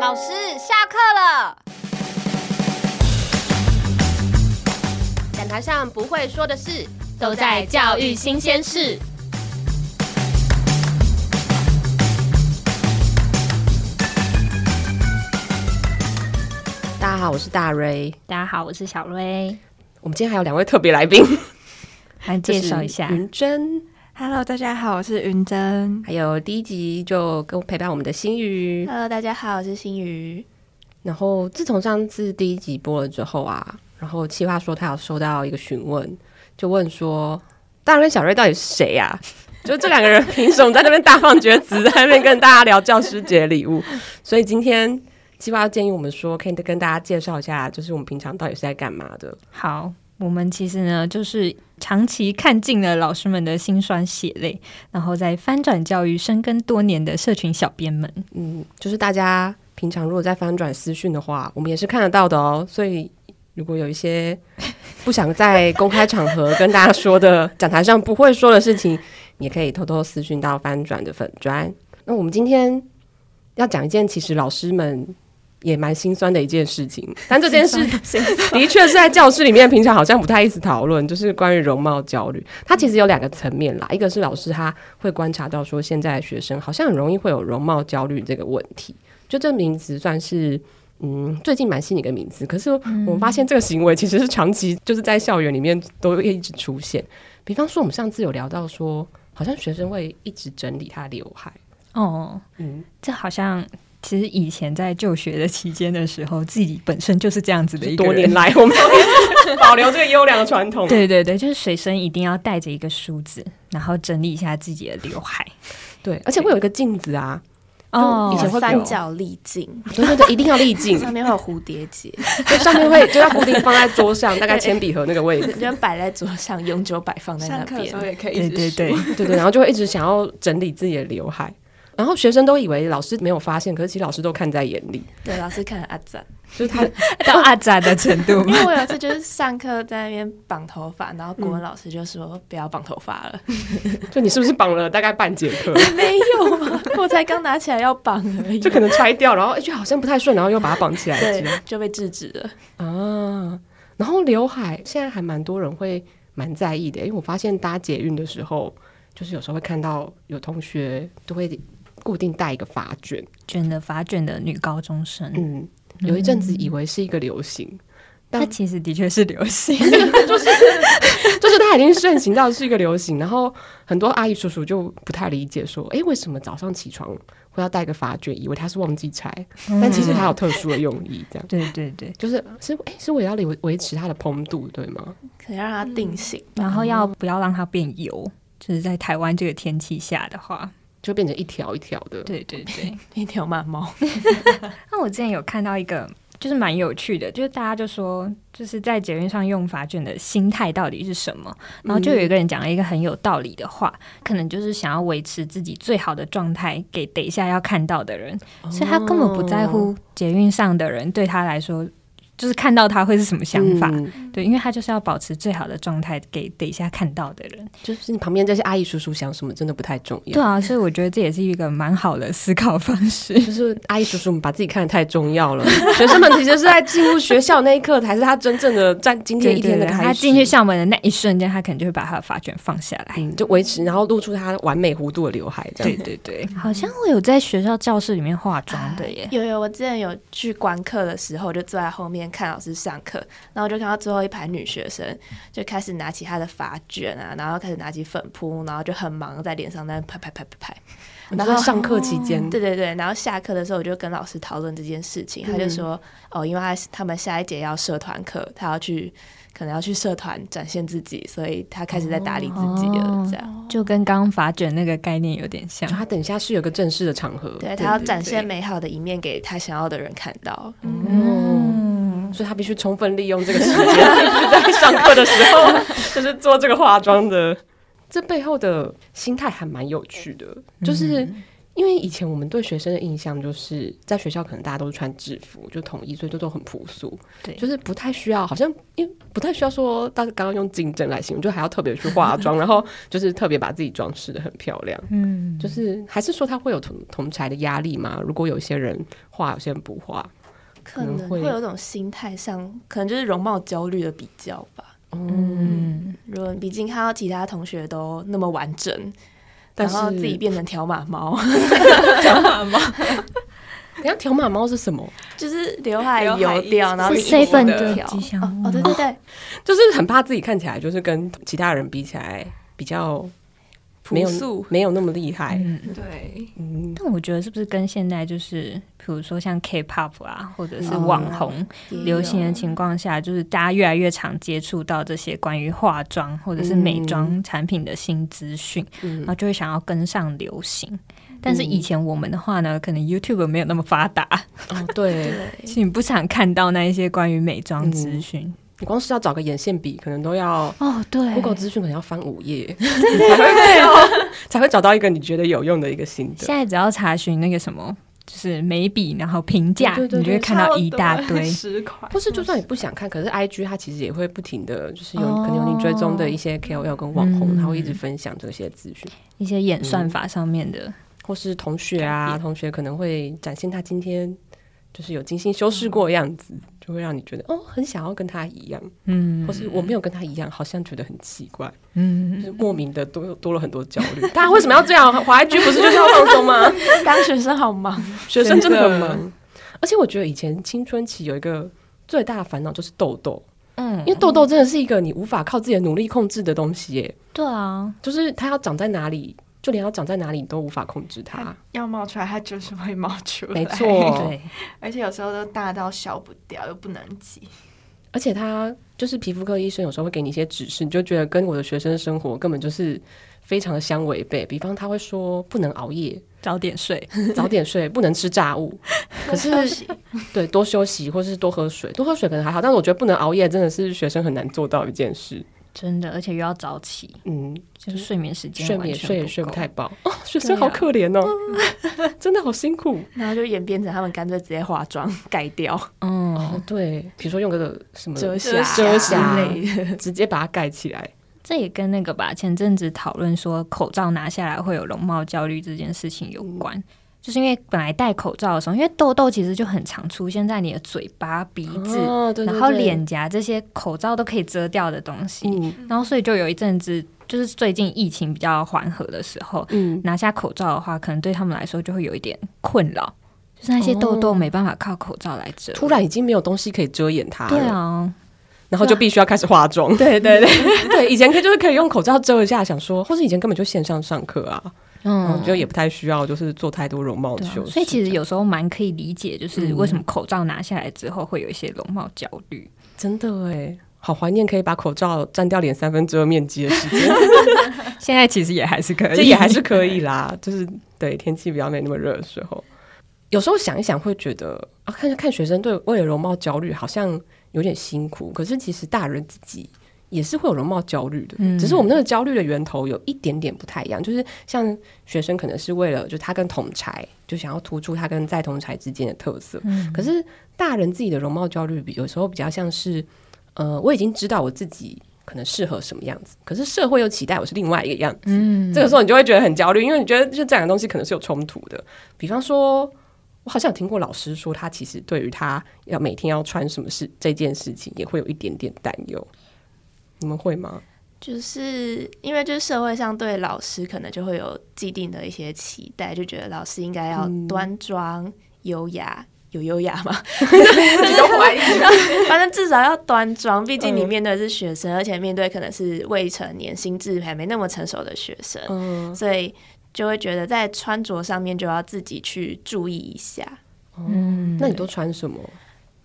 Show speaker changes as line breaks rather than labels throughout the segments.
老师，下课了。
讲台上不会说的事，
都在教育新鲜事。
大家好，我是大瑞。
大家好，我是小瑞，
我们今天还有两位特别来宾，
来介绍一下
就是。云珍，
Hello，大家好，我是云珍。
还有第一集就跟陪伴我们的心宇。
Hello，大家好，我是心瑜。
然后自从上次第一集播了之后啊，然后企划说他有收到一个询问，就问说大瑞小瑞到底是谁呀、就这两个人凭什么在那边大放厥词，在那边跟大家聊教师节礼物？所以今天计划建议我们说，可以跟大家介绍一下，就是我们平常到底是在干嘛的。
好，我们其实呢，就是长期看尽了老师们的辛酸血泪，然后在翻转教育深耕多年的社群小编们，
嗯，就是大家平常如果在翻转私讯的话，我们也是看得到的哦。所以如果有一些不想在公开场合跟大家说的讲台上不会说的事情，你也可以偷偷私讯到翻转的粉砖。那我们今天要讲一件其实老师们也蛮心酸的一件事情，但这件事 的确是在教室里面平常好像不太一直讨论，就是关于容貌焦虑。它其实有两个层面啦，一个是老师他会观察到说，现在的学生好像很容易会有容貌焦虑这个问题。就这名词算是嗯，最近蛮新的一个名词，可是我们发现这个行为其实是长期就是在校园里面都会一直出现。比方说，我们上次有聊到说，好像学生会一直整理他的刘海，
哦，
嗯，
这好像其实以前在就学的期间的时候，自己本身就是这样子的一个
多
人
年来我们都一 直保留这个优良的传统。
对对对，就是随身一定要带着一个梳子，然后整理一下自己的刘海。
对，而且会有一个镜子啊，
哦
以前会
三角立 镜，
对对对，一定要立镜，
上面会有蝴蝶结，
就上面会就要固定放在桌上，大概铅笔盒那个位置。
就摆在桌上，永久摆放在那
上 课的时候
边。
也可
对
以一直
对对，
对对，然后就会一直想要整理自己的刘海，然后学生都以为老师没有发现，可是其实老师都看在眼里，
对，老师看了阿 展，
就是他
到阿扎的程度
因
吗？
为我有一次就是上课在那边绑头发，然后国文老师就说不要绑头发了，
就你是不是绑了大概半节 课，
没有啊，我才刚拿起来要绑而已
就，可能拆掉，然后哎觉得好像不太顺，然后又把它绑起来这
对
样，
就被制止了。
啊。然后刘海现在还蛮多人会蛮在意的，因为我发现搭捷运的时候，就是有时候会看到有同学都会固定带一个发卷，
卷的发卷的女高中生，
嗯，有一阵子以为是一个流行，
她其实的确是流行。
就是它已经盛行到是一个流行，然后很多阿姨叔叔就不太理解，说，哎、为什么早上起床会要带个发卷，以为他是忘记拆，
嗯
但其实它有特殊的用意，这样
对对对，
就是是哎、是为了要维维持它的蓬度，对吗？
可能让他定型，
然后要不要让它变油？就是在台湾这个天气下的话，
就变成一条一条的，
对对对。
嗯
一条马猫，
那我之前有看到一个，就是蛮有趣的，就是大家就说，就是在捷运上用发卷的心态到底是什么？然后就有一个人讲了一个很有道理的话，可能就是想要维持自己最好的状态给等一下要看到的人，所以他根本不在乎捷运上的人对他来说。就是看到他会是什么想法，
嗯
对，因为他就是要保持最好的状态给等一下看到的人，
就是你旁边这些阿姨叔叔想什么，真的不太重要。
对啊，所以我觉得这也是一个蛮好的思考方 式。
就是阿姨叔叔们把自己看得太重要了，学生们其实是在进入学校那一刻，才是他真正的在今天一天的开始。
他进去校门的那一瞬间，他可能就会把他的发卷放下来。
嗯，就维持，然后露出他完美弧度的刘海，这样
对对对，好像我有在学校教室里面化妆的耶。
有有，我之前有去观课的时候，我就坐在后面看老师上课，然后就看到最后一排女学生就开始拿起她的发卷啊，然后开始拿起粉扑，然后就很忙地在脸上在拍拍拍拍拍。
然后上课期间，
对对对，然后下课的时候我就跟老师讨论这件事情，
嗯
他就说哦，因为他他们下一节要社团课，他要去可能要去社团展现自己，所以他开始在打理自己了，
哦
这样。
就跟刚刚发卷那个概念有点像
就，他等一下是有个正式的场合，
对他要
对
展现美好的一面给他想要的人看到。
嗯，所以他必须充分利用这个时间，就是在上课的时 候，就是做嗯这个化妆的。这背后的心态还蛮有趣的，就是因为以前我们对学生的印象就是在学校可能大家都是穿制服，就统一，所以就都很朴素，
对
就是不太需要，好像因为不太需要说到刚刚用竞争来形容，就还要特别去化 妆，然后就是特别把自己装饰的很漂亮，
嗯，
就是还是说他会有同同才的压力吗？如果有些人画，有些人不画，
可
能
能
会
会有一种心态上，可能就是容貌焦虑的比较吧。
嗯，
如果你毕竟看到其他同学都那么完整，
但
然
是
后自己变成条码猫，
你看条码猫是什么？
就是刘海
刘海
油掉，然后
是
你一直
seven
的
的
条
吉祥
哦
物
哦，对对对，
就是很怕自己看起来就是跟其他人比起来比较没
朴
有
素，
没有那么厉害。
嗯
对，
嗯，
但我觉得是不是跟现在就是，比如说像 K-pop 啊，或者是
哦
网红
也有
流行的情况下，就是大家越来越常接触到这些关于化妆或者是美妆产品的新资讯，然后就会想要跟上流行。但是以前我们的话呢，可能 YouTube 没有那么发达，
哦，对，
所以你不常看到那一些关于美妆资讯。
你光是要找个眼线笔，可能都要
哦，对
Google 资讯，可能要翻五页， 你才会才会找到一个你觉得有用的一个心得。
现在只要查询那个什么，就是眉笔，然后评价，
对对对
你就会看到一大
差 不多
堆。
十款，
或是就算你不想看，可是 I G 它其实也会不停的，就是有、
哦
可能有你追踪的一些 K O L 跟网红，
嗯
他会一直分享这些资讯，
一些演算法上面的，
或是同学
改
啊，
变
同学可能会展现他今天就是有精心修饰过的样子，就会让你觉得哦，很想要跟他一样，
嗯，
或是我没有跟他一样，好像觉得很奇怪，就
嗯，
是莫名的多多了很多焦虑。 大家为什么要这样？滑 I G 不是就是要放松 吗？
当学生好忙，
学生真的很忙，而且我觉得以前青春期有一个最大的烦恼就是痘痘，
嗯
因为痘痘真的是一个你无法靠自己的努力控制的东西耶，
对啊，
就是它要长在哪里，就连要长在哪里你都无法控制它
它。 要冒出来，它就是会冒出来，
没 错，
对，
而且有时候都大到消不掉，又不能挤，
而且它就是皮肤科医生有时候会给你一些指示，你就觉得跟我的学生生活根本就是非常的相违背。比方他会说不能熬夜，
早点睡，
早点睡，不能吃炸 物，可是
休息
对，多休息或是多喝水，多喝水可能还好，但是我觉得不能熬夜真的是学生很难做到一件事。
真的，而且又要早起，
嗯，
就是睡眠时间
睡
完
眠
全
睡也
够
睡不太饱，哦， 学生
对啊
好可怜哦， 真的好辛苦。
然后就演变成他们干脆直接化妆 改掉
哦
嗯，，
对，比如说用个什么
遮瑕
遮
之
瑕
类的，
直接把它盖起来。
这也跟那个吧，前阵子讨论说口罩拿下来会有容貌焦虑这件事情有关。
嗯
就是因为本来戴口罩的时候，因为痘痘其实就很常出现在你的嘴巴、鼻子，
哦对对
然后
对
脸颊这些口罩都可以遮掉的东西，
嗯
然后所以就有一阵子，就是最近疫情比较缓和的时候，
嗯，
拿下口罩的话，可能对他们来说就会有一点困扰，就是那些痘痘没办法靠口罩来遮。
突然已经没有东西可以遮掩它了，
对啊，
然后就必须要开始化 妆。对对对 对，以前可以就是可以用口罩遮一下，想说，或是以前根本就线上上课啊，然后
嗯，
就也不太需要就是做太多容貌的
对啊
修饰。
所以其实有时候蛮可以理解，就是
嗯
为什么口罩拿下来之后会有一些容貌焦虑。
真的哎，好怀念可以把口罩占掉脸三分之二面积的时间。
现在其实也还是可以，
这也还是 可以啦，就是对天气比较没那么热的时候，有时候想一想会觉得啊，看看学生对为了容貌焦虑好像有点辛苦，可是其实大人自己。也是会有容貌焦虑的，
嗯
只是我们那个焦虑的源头有一点点不太一样，就是像学生可能是为了就他跟同才就想要突出他跟在同才之间的特色，
嗯
可是大人自己的容貌焦虑比有时候比较像是，呃，我已经知道我自己可能适合什么样子，可是社会又期待我是另外一个样子，
嗯
这个时候你就会觉得很焦虑，因为你觉得就这两个东西可能是有冲突的。比方说，我好像有听过老师说，他其实对于他要每天要穿什么事这件事情，也会有一点点担忧。你们会吗？
就是因为就是社会上对老师可能就会有既定的一些期待，就觉得老师应该要
嗯
端庄、优雅，有优雅吗？
自己都怀疑，
反正至少要端庄，毕竟你
嗯
面对的是学生，而且面对可能是未成年、心智还没那么成熟的学生，
嗯，
所以就会觉得在穿着上面就要自己去注意一下，
嗯
那你都穿什么？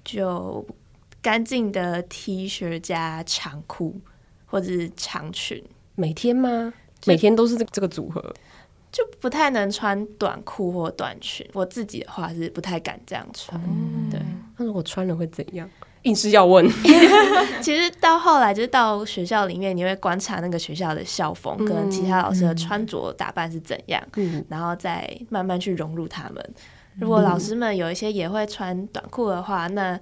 就干净的 T 恤加长裤或者是长裙，
每天吗？每天都是这这个组合，
就不太能穿短裤或
哦
短裙。我自己的话是不太敢这样穿，对。
那如果穿了会怎样？硬是要问，
其实到后来，就是到学校里面，你会观察那个学校的校风跟其他老师的穿着打扮是怎样，
嗯
然后再慢慢去融入他们。如果老师们有一些也会穿短裤的话，那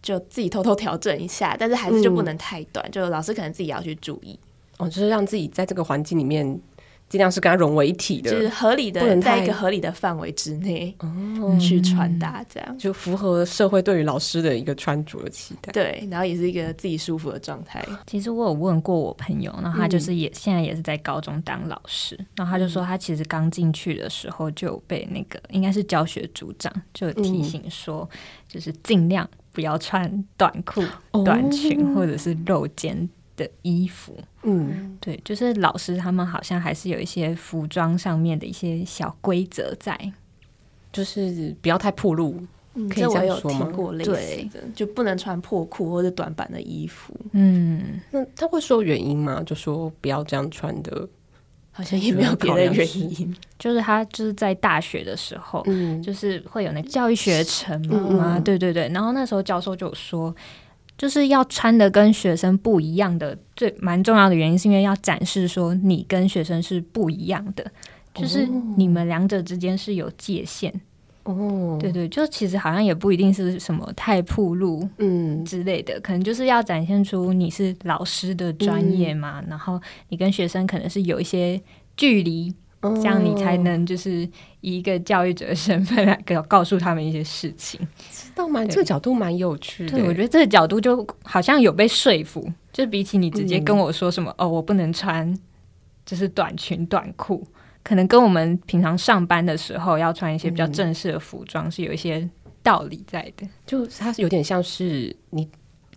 就自己偷偷调整一下，但是还是就
嗯
不能太短，就老师可能自己要去注意，
哦，就是让自己在这个环境里面尽量是跟它融为一体的，
就是合理
不能
的，
太嗯
在一个合理的范围之内去穿搭，这样
哦就符合社会对于老师的一个穿着的期待。
对，然后也是一个自己舒服的状态。
其实我有问过我朋友，然后他就是也、现在也是在高中当老师，然后他就说他其实刚进去的时候就有被那个应该是教学组长就有提醒说，就是尽量不要穿短裤、短裙或者是露肩的衣服。
嗯，
对，就是老师他们好像还是有一些服装上面的一些小规则在。
就是不要太暴露。
嗯，
可以
这
这
我
样
有
说
听
吗
过类似
对
的，就不能穿破裤或者短版的衣服，
嗯，
那他会说原因吗？就说不要这样穿的。
好像 也没有别的原因。
就是他就是在大学的时候，
嗯，
就是会有那个教育学程嘛，
嗯嗯
对对对。然后那时候教授就有说，就是要穿的跟学生不一样的，最蛮重要的原因是因为要展示说你跟学生是不一样的，就是你们两者之间是有界限。
哦，
对对，就其实好像也不一定是什么太铺路
嗯，
之类的，可能就是要展现出你是老师的专业嘛，然后你跟学生可能是有一些距离这样你才能就是以一个教育者的身份来告告诉他们一些事情。
倒蛮
对
这个角度蛮有趣的。
对，我觉得这个角度就好像有被说服，就比起你直接跟我说什么、哦，我不能穿就是短裙短裤，可能跟我们平常上班的时候要穿一些比较
嗯
正式的服装是有一些道理在的。
就它有点像是你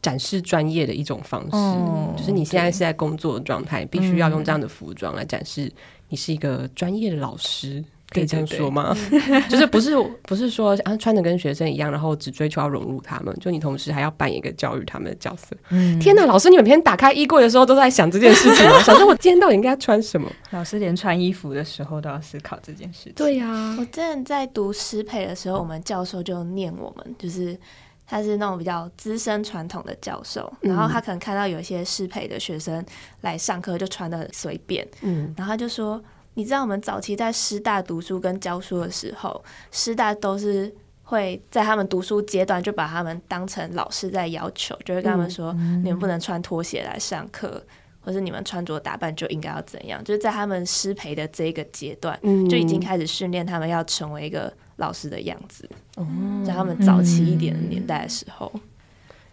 展示专业的一种方式，
哦
就是你现在是在工作的状态，必须要用这样的服装来展示你是一个专业的老师。可以这样说吗？ 就是不是不是说啊，穿的跟学生一样，然后只追求要融入他们，就你同时还要扮演一个教育他们的角色。天哪，老师，你们每天打开衣柜的时候都在想这件事情吗？ 想说我今天到底应该穿什么？
老师连穿衣服的时候都要思考这件事情。
对呀、
我之前在读师培的时候，我们教授就念我们，就是他是那种比较资深传统的教授，然后他可能看到有一些师培的学生来上课就穿的随便，
嗯，
然后他就说，你知道我们早期在师大读书跟教书的时候，师大都是。会在他们读书阶段就把他们当成老师在要求，就会跟他们说，你们不能穿拖鞋来上课，或是你们穿着打扮就应该要怎样，就是在他们师培的这一个阶段，
嗯
就已经开始训练他们要成为一个老师的样子。哦，在他们早期一
嗯
点的年代的时候，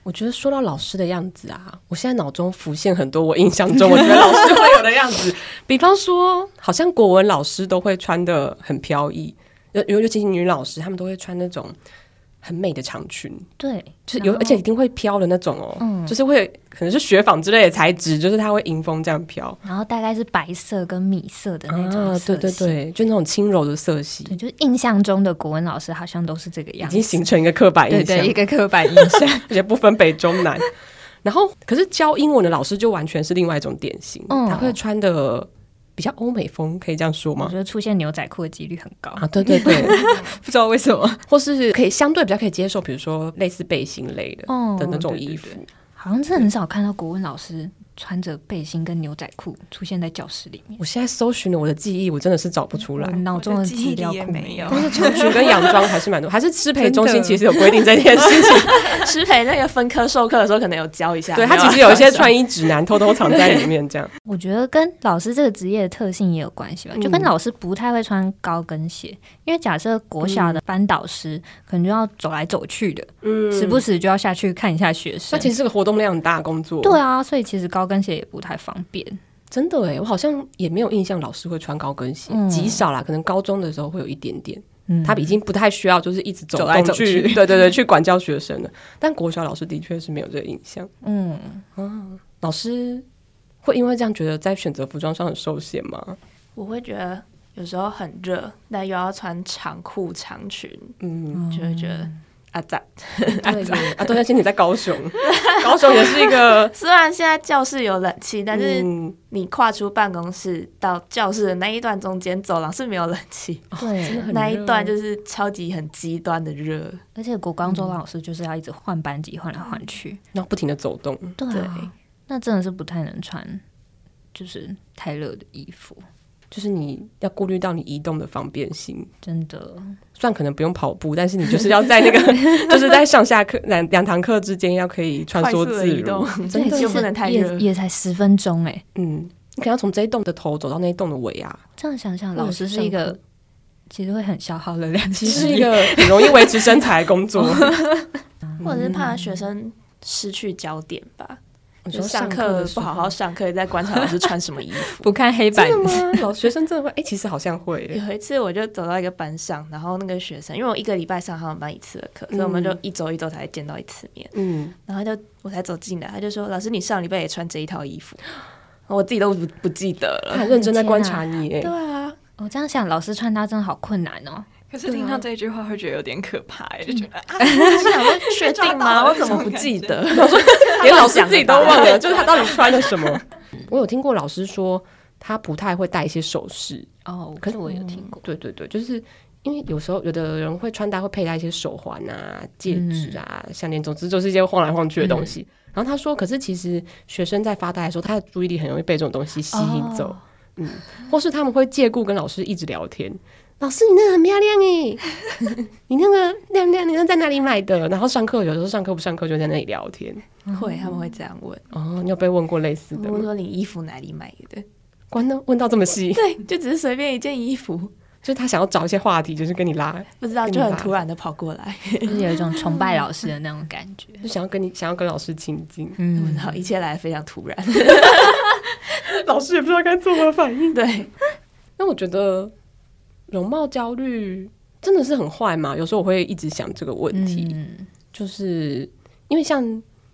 我觉得说到老师的样子啊，我现在脑中浮现很多我印象中我觉得 老师会有的样子，比方说，好像国文老师都会穿的很飘逸，尤尤尤其是女老师，她们都会穿那种很美的长裙，
对，
就是
然
有
后
而且一定会飘的那种哦，就是会有可能是雪纺之类的材质，就是它会迎风这样飘
然后大概是白色跟米色的那种、
啊，对对，对，就那种轻柔的色系，
对，就是印象中的国文老师好像都是这个
已
样子，
经形成一个刻板印
对
象，
对，一个刻板印象。
而且不分北中南。然后，可是教英文的老师就完全是另外一种典型，
嗯
他会穿的比较欧美风，可以这样说
我
吗
觉？得出现牛仔裤的几率很高，
啊，对对对，
不知道为什么，
或是可以相对比较可以接受，比如说类似背心类的、
哦
的那种衣服
对，好像是很少看到国文老师穿着背心跟牛仔裤出现在教室里面。
我现在搜寻了我的记忆，我真的是找不出来
我。脑中
我的记
资
忆
料
里也
库
没有。
但是长裙跟洋装还是蛮多，还是师培中心
真的
其实有规定这件事情。
师培那个分科授课的时候，可能有啊教一下。
对他其实有一啊些穿衣指南偷偷藏在里面， 这样。
我觉得跟老师这个职业的特性也有关系吧，
嗯
就跟老师不太会穿高跟鞋，因为假设国小的班导师可能就要走来走去的，
嗯，
时不时就要下去看一下学
那
生。
其实是个活动量很大的工作。
对啊，所以其实高跟鞋也不太方便。
真的哎，我好像也没有印象老师会穿高跟鞋，
嗯
极少啦，可能高中的时候会有一点点。
嗯，
他已经不太需要就是一直走
走来
动
走
去
去
对对对，去管教学生了。但国小老师的确是没有这个印象，
嗯，
哦老师会因为这样觉得在选择服装上很受限吗？
我会觉得有时候很热，但又要穿长裤长裙，
嗯，
就会觉得啊阿赞。
对啊，对，而且你在高雄，高雄也是一个，
虽然现在教室有冷气，但是
嗯
你跨出办公室到教室的那一段中间走廊是没有冷气，
对，
啊很热哦
那一段就是超级很极端的热。
而且国光
嗯
周老师就是要一直换班级，换来换去，
然后不停的走动，
对啊
对
那真的是不太能穿，就是太热的衣服，
就是你要顾虑到你移动的方便性。
真的。
虽然可能不用跑步，但是你就是要在那个，就是在上下课两两堂课之间要可以穿
快
梭
速
自
的移
如
动。，
对，
就不能太
也
热。
也才十分钟哎、
嗯，你可能要从这一栋的头走到那一栋的尾 啊，
这样想想，
我也
老
是
师是一
上
个其实会很消耗能量，
其实是一个很容易维持身材的工 作。
或者是怕学生失去焦点吧，
你
就
说
上课
课
不好 好上课，也在观察老师穿什么衣 服。
不看黑板，
吗？老学生真的会？哎、其实好像会 耶。
有一次我就走到一个班上，然后那个学生，因为我一个礼拜上他们班一次的课，所以我们就
嗯
一周一周才见到一次面。
嗯，
然后他就我才走进来，他就说：“老师，你上礼拜也穿这一套衣服。”我自己都不不记得
他
了。
很认真在观察你耶
对。啊，
我哦这样想，老师穿搭真的好困难哦。
可是听
啊
到这一句话会觉得有点可怕、欸，就觉得
嗯
啊，
我想说 确定吗？我怎么不记 得？
连老师自己都忘了，就是他到底穿了什么。 我有听过老师说，他不太会戴一些首饰。
哦，可
可是嗯
是我有听过，
对对对，就是因为有时候有的人会穿搭会佩戴一些手环啊、戒指啊、项链，总之就是一些晃来晃去的东西。然后他说，可是其实学生在发呆的时候，他的注意力很容易被这种东西吸引走，
哦
嗯，或是他们会借故跟老师一直聊天。老师，你那个很漂亮诶， 你那个亮亮，你那在哪里买的？然后上课有时候上课不上课就在那里聊天。
会，他们会这样问。
哦，你有被问过类似的
我
吗？
说你衣服哪里买的？
关到问到这么细，
对，就只是随便一件衣服，
就是他想要找一些话题，就是跟你拉，
不知道
跟你
就很
拉
突然的跑过来。
就是有一种崇拜老师的那种感 觉。
就想要跟你想要跟老师亲近。
我
嗯
知，道一切来得非常突然。
老师也不知道该作何反应。
对，
那我觉得容貌焦虑真的是很坏嘛？有时候我会一直想这个问题，
嗯
就是因为像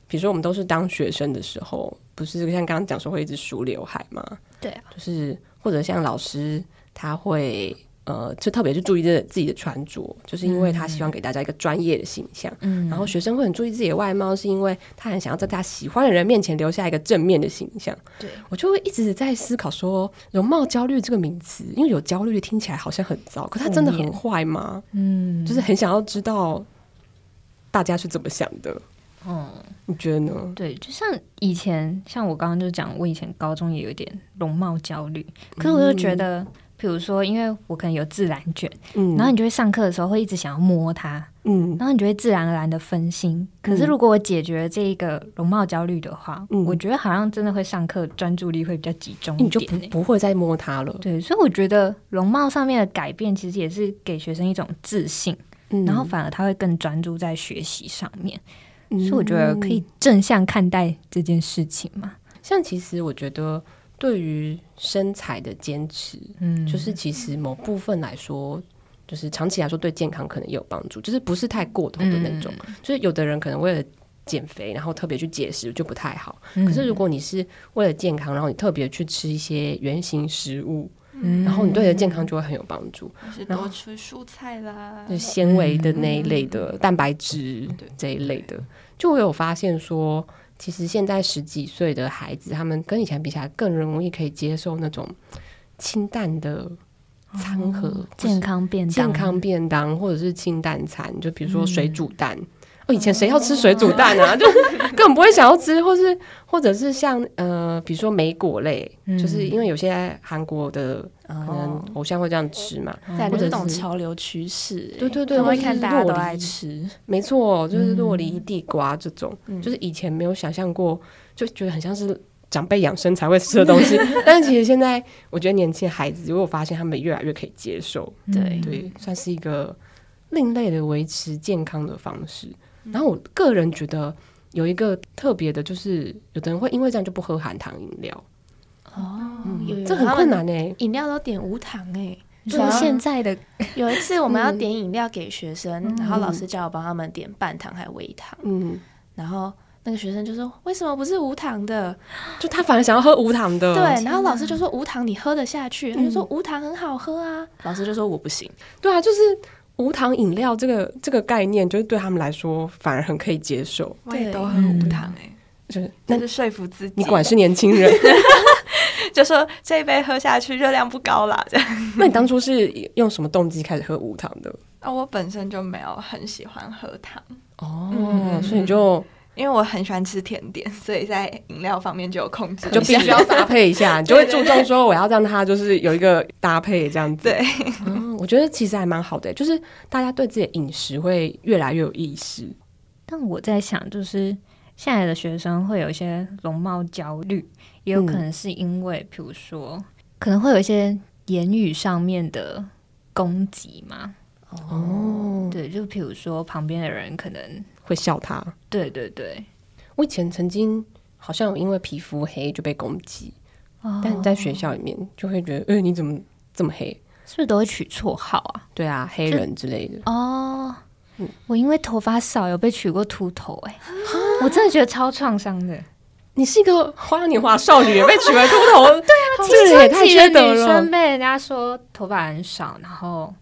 比如说我们都是当学生的时候，不是像刚刚讲说会一直梳刘海嘛？
对啊，
就是或者像老师他会。呃，就特别去注意这自己的穿着，就是因为他希望给大家一个专业的形象。
嗯
然后学生会很注意自己的外貌，是因为他很想要在他喜欢的人面前留下一个正面的形象。
对
我就会一直在思考说，容貌焦虑这个名词，因为有焦虑听起来好像很糟，可它真的很坏吗？
嗯，
就是很想要知道大家是怎么想的，
嗯。
你觉得呢？
对，就像以前，像我刚刚就讲，我以前高中也有一点容貌焦虑，可是我就觉得，比如说，因为我可能有自然卷，
嗯，
然后你就会上课的时候会一直想要摸它，
嗯
然后你就会自然而然的分心。可是如果我解决了这一个容貌焦虑的话，
嗯
我觉得好像真的会上课专注力会比较集中
你
一
就
点
不
欸、
不会再摸它了。
对，所以我觉得容貌上面的改变，其实也是给学生一种自信，
嗯
然后反而他会更专注在学习上面，
所
所以我觉
嗯
得可以正向看待这件事情嘛。
像其实我觉得对于身材的坚持，
嗯，
就是其实某部分来说，就是长期来说对健康可能也有帮助，就是不是太过头的那种。
嗯
就是有的人可能为了减肥，然后特别去节食就不太好。
嗯
可是如果你是为了健康，然后你特别去吃一些原型食物，
嗯
然后你对你的健康就会很有帮助，
是
然后
多吃蔬菜啦
就，纤维的那一类的、蛋白质这一类的。就我有发现说，其实现在十几岁的孩子，他们跟以前比起来，更容易可以接受那种清淡的餐盒，或是
健康便当，
健康便当或者是清淡餐，就比如说水煮蛋。哦，以前谁要吃水煮蛋啊？ 就根本不会想要吃，或是或者是像呃，比如说莓果类，
嗯
就是因为有些韩国的可能
哦
偶像会这样吃嘛。
感觉
或者
这种
是
潮流趋势欸，
嗯对对对
他们
或
会
者
看
是
大家
洛
都
梨
爱吃，
没错，就是洛梨、地瓜这种，
嗯
就是以前没有想象过，就觉得很像是长辈养生才会吃的 东西。但是其实现在，我觉得年轻孩子，我有发现他们越来越可以接受。
嗯
对
对，算是一个另类的维持健康的方式。
嗯
然后我个人觉得有一个特别的，就是有的人会因为这样就不喝含糖饮料，
哦有有
嗯这很
他
困
们
难呢、欸
饮料都点无糖 哎、
你说现在的
有一次我们要点饮料给学生，然后老师叫我帮他们点半糖还微糖，
嗯，
然后那个学生就说为什么不是无糖的？
就他反而想要喝无糖的，
对，然后老师
嗯
就说无糖你喝得下去，他就说无糖很好喝啊，老师就说我不行，
对啊，就是无糖饮料这个这个概念，就是对他们来说反而很可以接受。
我也都很无糖哎、
就是那
就是说服自己。
你果 然是年轻 人，
就说这一杯喝下去热量不高啦， 这样。
那你当初是用什么动机开始喝无糖的？
啊，我本身就没有很喜欢喝糖，
哦，所以你就
因为我很喜欢吃甜点，所以在饮料方面就有控制一下。
就必须要搭配一下， 你就会注重说我要让它就是有一个搭配这样子。
对，
嗯，我觉得其实还蛮好的，就是大家对自己的饮食会越来越有意识。
但我在想，就是现在的学生会有一些容貌焦虑，也有可能是因为，比如说，可能会有一些言语上面的攻击嘛。
哦，
对，就比如说旁边的人可能，
会笑他。
对对对，
我以前曾经好像有因为皮肤黑就被攻击，
哦
但在学校里面就会觉得，哎、你怎么这么黑？
是不是都会取绰号啊？
对啊，黑人之类的。
哦，我因为头发少有被取过秃头、欸，我真的觉得超创伤的。
你是一个花样年华少女，也被取为秃头， 对啊，这个也太缺德
女
了
生。被人家说头发很少，然后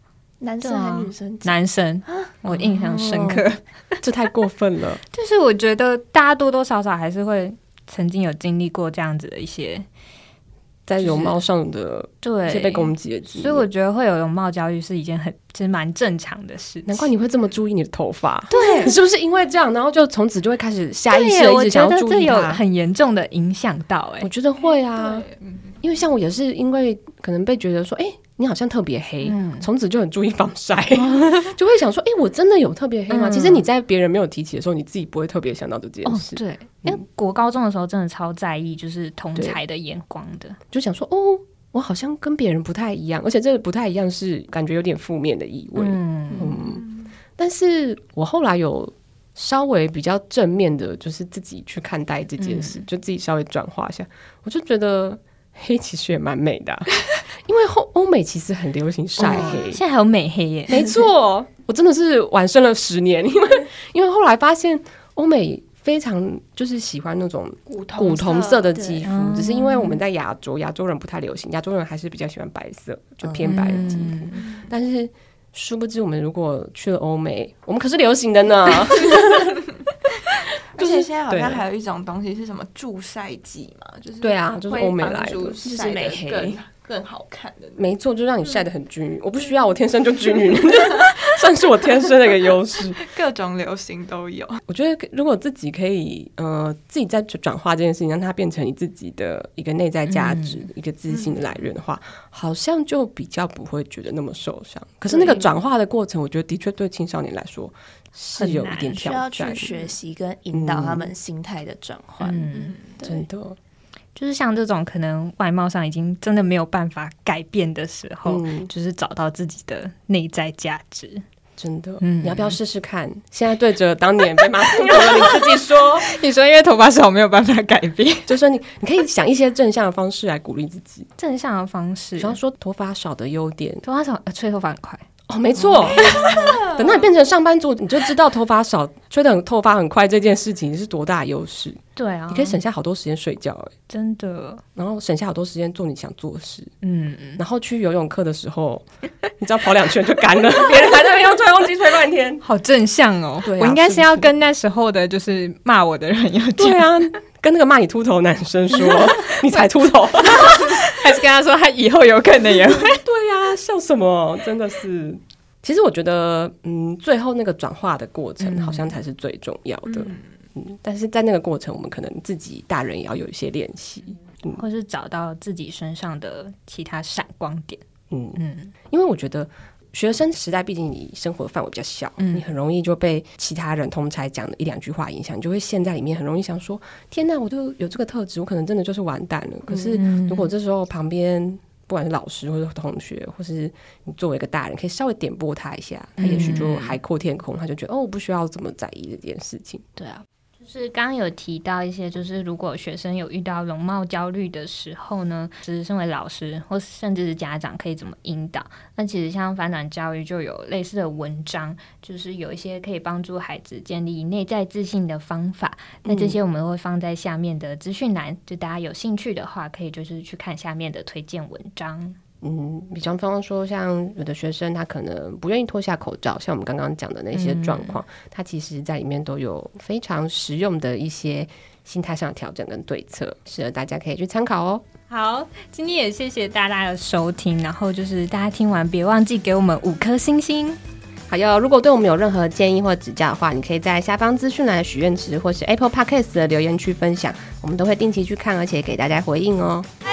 男生
对啊
还是女生？
男生，我印象深刻。
这太过分了。
就是我觉得大家多多少少还是会曾经有经历过这样子的一些
在容貌上的一些
对
被攻击的经历，
所以我觉得会有容貌焦虑是一件很其实蛮正常的事情。
难怪你会这么注意你的头发。
对
你 是不是因为这样，然后就从此就会开始下意识
对，
的一
我
直
觉
想
得
要注
这
意
有
它？
很严重的影响到哎、
我觉得会啊，
对，嗯，
因为像我也是因为可能被觉得说，哎、你好像特别黑，
嗯
从此就很注意防晒， 就会想说，哎、我真的有特别黑吗？
嗯
其实你在别人没有提起的时候，你自己不会特别想到这件
哦，
事，
对，因为国高中的时候真的超在意就是同才的眼光的，
就想说，哦，我好像跟别人不太一样，而且这个不太一样是感觉有点负面的意味。
嗯，
但是我后来有稍微比较正面的，就是自己去看待这件
嗯
事，就自己稍微转化一下，我就觉得黑其实也蛮美的啊、 因为后欧美其实很流行晒
哦
黑。
现在还有美黑耶、
没错，我真的是晚生了十年，因为因为后来发现欧美非常就是喜欢那种
古 铜
古铜色的肌
对
肤，只是因为我
嗯
们在亚洲，亚洲人不太流行，亚洲人还是比较喜欢白色，就偏白的肌肤。
嗯
但是殊不知，我们如果去了欧美，我们可是流行的呢。
而且现在好像
对
还有一种东西是什么助晒剂嘛，就是
对啊就是
会
欧美
帮
来的
助
就是
晒得
美黑
更更好看的。
没错，就让你晒得很均匀。我不需要，我天生就均匀， 算是我天生的一个优势。
各种流行都有，
我觉得如果自己可以，呃，自己在转化这件事情，让它变成你自己的一个内在价值、一个自信的来源的话，好像就比较不会觉得那么受伤。可是那个转化的过程，我觉得的确对青少年来说是有一点
很
需
挑
要
战嗯
去，学习跟引导他们心态的转换。
嗯
真的。
就是像这种可能外貌上已经真的没有办法改变的时候，
嗯
就是找到自己的内在价值。
真的，
嗯
你要不要试试看？现在对着当年被骂 秃头的你自己说，
你说因为头发少没有办法改变，
就说你，你可以想一些正向的方式来鼓励自己，
正向的方式
比，方说头发少的优点，
头发少、呃吹头发很快，
哦，没错。等到你变成上班族，你就知道头发少、吹得很头发很快这件事情是多大的优势。
对啊
你可以省下好多时间睡觉、欸，
真的，
然后省下好多时间做你想做的事。
嗯，
然后去游泳课的 时候，你只要跑两圈就干了，别人还在那边用吹风机吹半天。
好正向哦。
对啊
我应该
是
是
不
要
是
跟那时候的就是骂我的人要
对
讲，
啊，跟那个骂你秃头的男生 说你才秃头。
还是跟他说他以后有可能也会。
对呀、笑什么？真的是。其实我觉得，嗯，最后那个转化的过程好像才是最重要的。嗯，但是在那个过程，我们可能自己大人也要有一些练习。
或是找到自己身上的其他闪光点，
嗯，
嗯，
因为我觉得学生时代，毕竟你生活范围比较小，
嗯
你很容易就被其他人通才讲的一两句话影响，你就会陷在里面，很容易想说：天哪，我就有这个特质，我可能真的就是完蛋了。可是
嗯
如果这时候旁边。不管是老师或者同学，或是你作为一个大人，可以稍微点拨他一下，他也许
嗯
就海阔天空，他就觉得哦，我不需要这么在意这件事情。
对啊，就是刚刚有提到一些，就是如果学生有遇到容貌焦虑的时候呢，就是身为老师或甚至是家长可以怎么引导？那其实像反转教育就有类似的文章，就是有一些可以帮助孩子建立内在自信的方法。那这些我们会放在下面的资讯栏，就大家有兴趣的话，可以就是去看下面的推荐文章。
嗯，比方方说，像有的学生他可能不愿意脱下口罩，像我们刚刚讲的那些状况，他其实在里面都有非常实用的一些心态上的调整跟对策，适合大家可以去参考哦。
好，今天也谢谢大家的收听，然后就是大家听完别忘记给我们五颗星星。
好哟，如果对我们有任何建议或指教的话，你可以在下方资讯栏的许愿池或是 Apple Podcast 的留言区分享，我们都会定期去看，而且给大家回应哦。
爱